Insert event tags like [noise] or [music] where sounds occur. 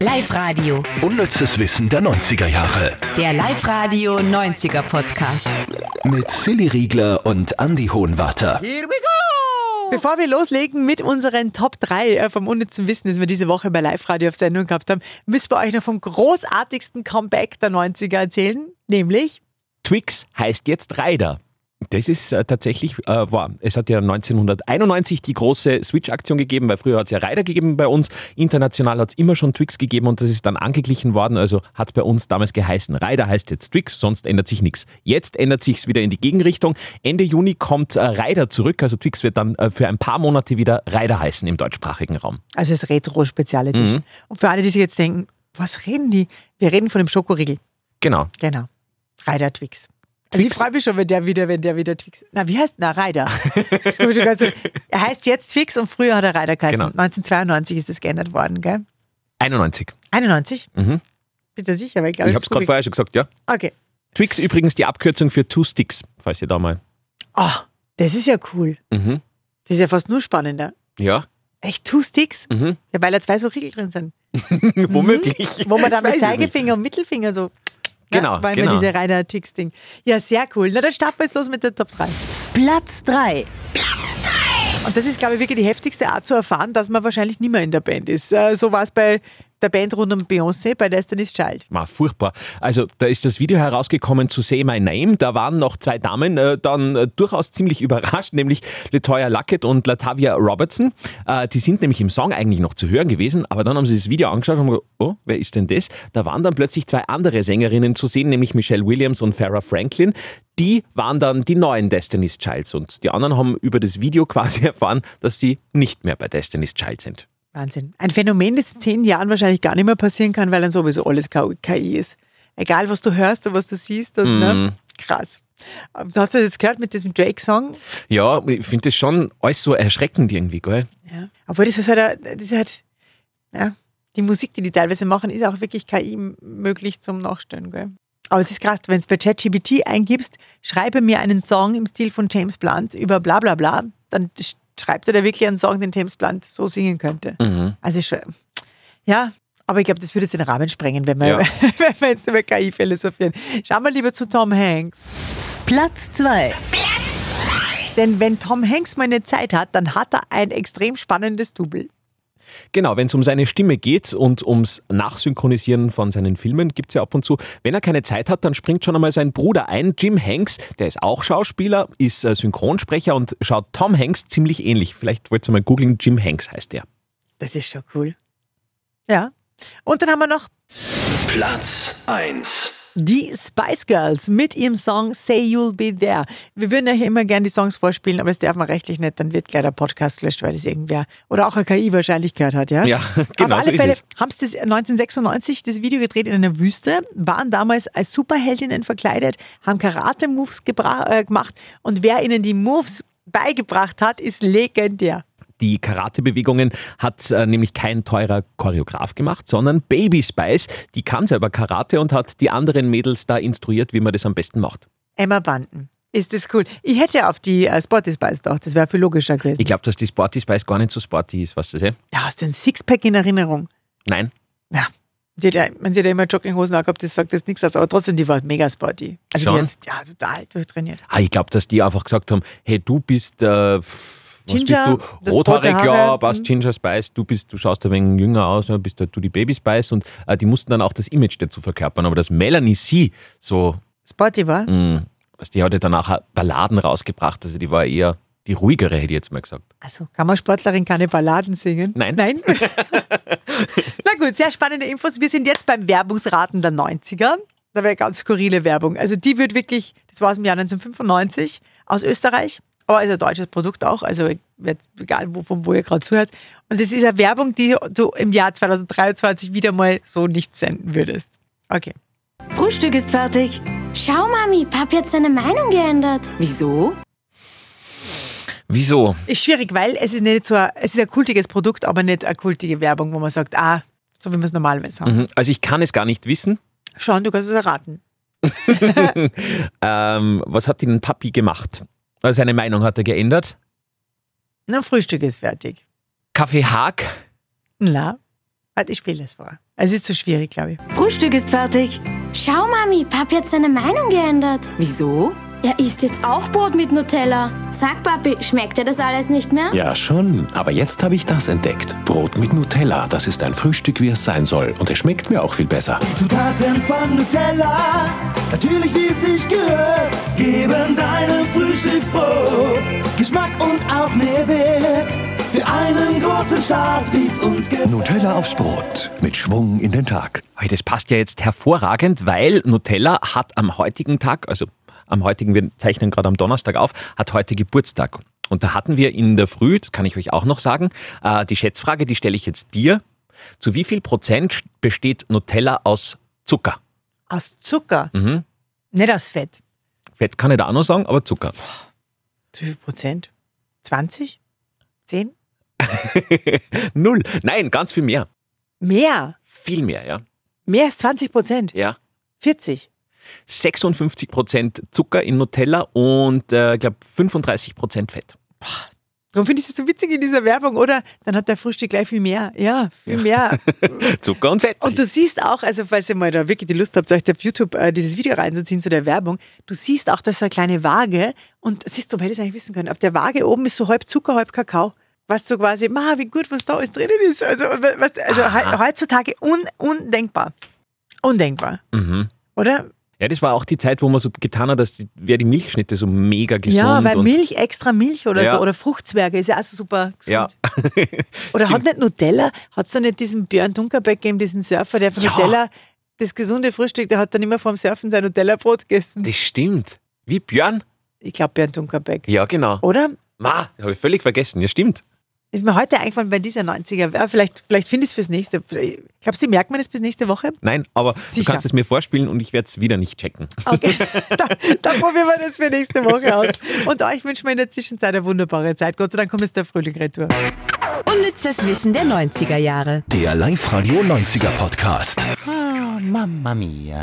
Live-Radio. Unnützes Wissen der 90er Jahre. Der Live-Radio 90er Podcast. Mit Silly Riegler und Andy Hohenwarter. Bevor wir loslegen mit unseren Top 3 vom unnützen Wissen, das wir diese Woche bei Live-Radio auf Sendung gehabt haben, müssen wir euch noch vom großartigsten Comeback der 90er erzählen, nämlich Twix heißt jetzt Rider. Das ist äh, tatsächlich äh, wahr. Es hat ja 1991 die große Switch-Aktion gegeben, weil früher hat es ja Rider gegeben bei uns. International hat es immer schon Twix gegeben und das ist dann angeglichen worden. Also hat bei uns damals geheißen, Rider heißt jetzt Twix, sonst ändert sich nichts. Jetzt ändert sich es wieder in die Gegenrichtung. Ende Juni kommt äh, Rider zurück. Also Twix wird dann äh, für ein paar Monate wieder Rider heißen im deutschsprachigen Raum. also das Retro-Spezial-Edition. Mhm. Und für alle, die sich jetzt denken, was reden die? Wir reden von dem Schokoriegel. Genau. Genau. Ryder Twix. Also ich Twix. freue mich schon, wenn der wieder, wenn der wieder Twix. Na, wie heißt denn der [laughs] Ryder? Ich bin schon ganz- er heißt jetzt Twix und früher hat er Ryder geheißen. Genau. 1992 ist das geändert worden, gell? 91. 91? Mhm. Bist du sicher? Weil ich glaube, Ich habe es gerade vorher schon gesagt, ja. Okay. Twix übrigens die Abkürzung für Two Sticks, falls ihr da mal. Oh, das ist ja cool. Mhm. Das ist ja fast nur spannender. Ja. Echt, two Sticks? Mhm. Ja, weil da zwei so Riegel drin sind. Womöglich. Wo man dann Weiß mit [laughs] ich nicht. Zeigefinger und Mittelfinger so. ne? Genau, Weil genau. man diese Ryder Twix Ding. Ja, sehr cool. Na, dann starten wir jetzt los mit der Top 3. Platz 3. Und das ist, glaube ich, wirklich die heftigste Art zu erfahren, dass man wahrscheinlich nicht mehr in der Band ist. Äh, So war es bei der Band rund um Beyoncé, bei Destiny's Child. Ma, furchtbar. Also da ist das Video herausgekommen zu Say My Name. Da waren noch zwei Damen äh, dann äh, durchaus ziemlich [laughs] überrascht, nämlich Latoya Luckett und Latavia Robertson. Äh, die sind nämlich im Song eigentlich noch zu hören gewesen, aber dann haben sie das Video angeschaut und haben gedacht, oh, wer ist denn das? Da waren dann plötzlich zwei andere Sängerinnen zu sehen, nämlich Michelle Williams und Farrah Franklin. Die waren dann die neuen Destiny's Childs und die anderen haben über das Video [laughs] quasi erfahren, dass sie nicht mehr bei Destiny's Child sind. Wahnsinn. Ein Phänomen, das in zehn Jahren wahrscheinlich gar nicht mehr passieren kann, weil dann sowieso alles KI ist. Egal, was du hörst und was du siehst. Und, ne? Krass. Hast du das jetzt gehört mit diesem Drake-Song? Ja, ich finde das schon alles so erschreckend irgendwie, gell? Ja. Obwohl, das ist halt, ein- das ist halt ja, die Musik, die die teilweise machen, ist auch wirklich KI möglich zum Nachstellen. Gell? Aber es ist krass, wenn du bei ChatGPT eingibst, schreibe mir einen Song im Stil von James Blunt über bla bla bla, dann sch- schreibt er da wirklich einen Song, den James Blunt so singen könnte. Also schon, ja, aber ich glaube, das würde jetzt den Rahmen sprengen, wenn wir, [laughs] Ja. wenn wir jetzt über KI philosophieren. Schauen wir lieber zu Tom Hanks. Platz 2. Denn wenn Tom Hanks mal eine Zeit hat, dann hat er ein extrem spannendes Double. Genau, wenn es um seine Stimme geht und ums Nachsynchronisieren von seinen Filmen, gibt es ja ab und zu. Wenn er keine Zeit hat, dann springt schon einmal sein Bruder ein, Jim Hanks. Der ist auch Schauspieler, ist äh, Synchronsprecher und schaut Tom Hanks ziemlich ähnlich. Vielleicht wollt ihr mal googeln, Jim Hanks heißt der. Das ist schon cool. Ja. Und dann haben wir noch Platz 1. die Spice Girls mit ihrem Song Say You'll Be There. Wir würden euch immer gerne die Songs vorspielen, aber das darf man rechtlich nicht. Dann wird gleich der Podcast gelöscht, weil das irgendwer oder auch eine KI wahrscheinlich gehört hat, ja? Ja, [laughs] genau Auf so alle ist Fälle es. haben sie das 1996 das Video gedreht in einer Wüste, waren damals als Superheldinnen verkleidet, haben Karate-Moves gebra- äh, gemacht und wer ihnen die Moves beigebracht hat, ist legendär. Die Karatebewegungen hat äh, nämlich kein teurer Choreograf gemacht, sondern Baby Spice. Die kann selber Karate und hat die anderen Mädels da instruiert, wie man das am besten macht. Emma Banden. Ist das cool? Ich hätte ja auf die äh, Sporty Spice gedacht, das wäre viel logischer gewesen. Ich glaube, dass die Sporty Spice gar nicht so sporty ist, weißt du das? Eh? ja, hast du ein Sixpack in Erinnerung? Nein. Ja. Die hat ja, man sieht ja immer Jogginghosen angehabt, das sagt jetzt nichts aus, aber trotzdem, die war mega sporty. Also Schon? die hat ja total durchtrainiert. Ah, ich glaube, dass die einfach gesagt haben, hey, du bist, äh, was Ginger, bist du? das rote Rothaarig, Haare. ja, passt Mhm. Ginger Spice, du bist, du schaust ein wenig jünger aus, ja, bist halt du die Baby Spice und äh, die mussten dann auch das Image dazu verkörpern. Aber dass Melanie C so, Sporty war? mh, was die hat ja danach auch Balladen rausgebracht, also die war eher die ruhigere, hätte ich jetzt mal gesagt. Also, Kammersportlerin kann keine Balladen singen? Nein. [laughs] Nein? Na gut, sehr spannende Infos. Wir sind jetzt beim Werbungsraten der 90er. Da wäre ganz skurrile Werbung. Also die wird wirklich, das war aus dem Jahr 1995, aus Österreich, aber ist ein deutsches Produkt auch, also jetzt egal, wo, von wo ihr gerade zuhört. Und das ist eine Werbung, die du im Jahr 2023 wieder mal so nicht senden würdest. Okay. Frühstück ist fertig. Schau, Mami, Papi hat seine Meinung geändert. Wieso? Wieso? Ist schwierig, weil es ist nicht so, ein- es ist ein kultiges Produkt, aber nicht eine kultige Werbung, wo man sagt, ah, so wie wir es normalerweise haben. Mhm. Also ich kann es gar [laughs] nicht wissen. Schon, du kannst es erraten. Ähm, was hat denn Papi gemacht? Äh, Seine Meinung hat er geändert. Na, Frühstück ist fertig. Kaffee Haag, Na, warte, ich spiele es vor. Es ist zu schwierig, glaube ich. Frühstück ist fertig. Schau, Mami, Pap hat seine Meinung geändert. Wieso? Er isst jetzt auch Brot mit Nutella. Sag, Papi, schmeckt dir das alles nicht mehr? Ja, schon, aber jetzt habe ich das entdeckt. Brot mit Nutella, das ist ein Frühstück, wie es sein soll. Und es schmeckt mir auch viel besser. Zutaten von Nutella, natürlich wie es sich gehört, geben deinem Frühstücksbrot Geschmack und auch mehr Wert für einen großen Start, wie's uns gefällt. Nutella aufs Brot, mit Schwung in den Tag. Hey, das passt ja jetzt hervorragend, weil Nutella hat am heutigen Tag, also am heutigen, wir zeichnen gerade am Donnerstag auf, hat heute Geburtstag. Und da hatten wir in der Früh, das kann ich euch auch noch sagen, äh, die Schätzfrage, die stelle ich jetzt dir. Zu wie viel Prozent besteht Nutella aus Zucker? Aus Zucker, nicht aus Fett. Fett kann ich da auch noch sagen, aber Zucker. Zu viel Prozent? 20? 10? Null. Nein, ganz viel mehr. Mehr. Viel mehr, ja. Mehr als 20 Prozent. Ja. 40. 56 Prozent Zucker in Nutella und, äh, ich glaube, 35 Prozent Fett. Darum finde ich es so witzig in dieser Werbung, oder? Dann hat der Frühstück gleich viel mehr. Ja, viel mehr. Zucker und Fett. Und du siehst auch, also falls ihr mal da wirklich die Lust habt, euch auf YouTube äh, dieses Video reinzuziehen zu der Werbung, du siehst auch, da ist so eine kleine Waage und siehst du, man hätte es eigentlich wissen können. Auf der Waage oben ist so halb Zucker, halb Kakao. Was so quasi, ma, wie gut, was da alles drinnen ist. Also, und we- was, also he- heutzutage un, undenkbar. Undenkbar. Mhm. Oder? Ja, das war auch die Zeit, wo man so getan hat, dass die, wer die Milchschnitte so mega gesund ja, weil und Milch, extra Milch oder Ja. so. Oder Fruchtzwerge ist ja auch so super gesund. ja, [laughs] Oder hat nicht Nutella, hat es da nicht diesen Björn Dunkerbeck gegeben, diesen Surfer, der von Ja. Nutella das gesunde Frühstück, der hat dann immer vorm Surfen sein Nutella-Brot gegessen. das stimmt. Wie Björn? Ich glaube, Björn Dunkerbeck. Ja, genau. Oder? Ma, habe ich völlig vergessen. Ja, stimmt. Ist mir heute eingefallen bei dieser 90er. Ja, vielleicht vielleicht finde ich es fürs nächste. Glaubst du, merkt man das bis nächste Woche? Nein, aber du Sicher. kannst es mir vorspielen und ich werde es wieder nicht checken. [laughs] Okay, dann, dann probieren wir das für nächste Woche aus. Und euch wünschen wir in der Zwischenzeit eine wunderbare Zeit. Gott sei Dank kommt jetzt der Frühling retour. Unnützes Wissen der 90er Jahre. Der Live-Radio 90er Podcast. Ah, Mamma Mia.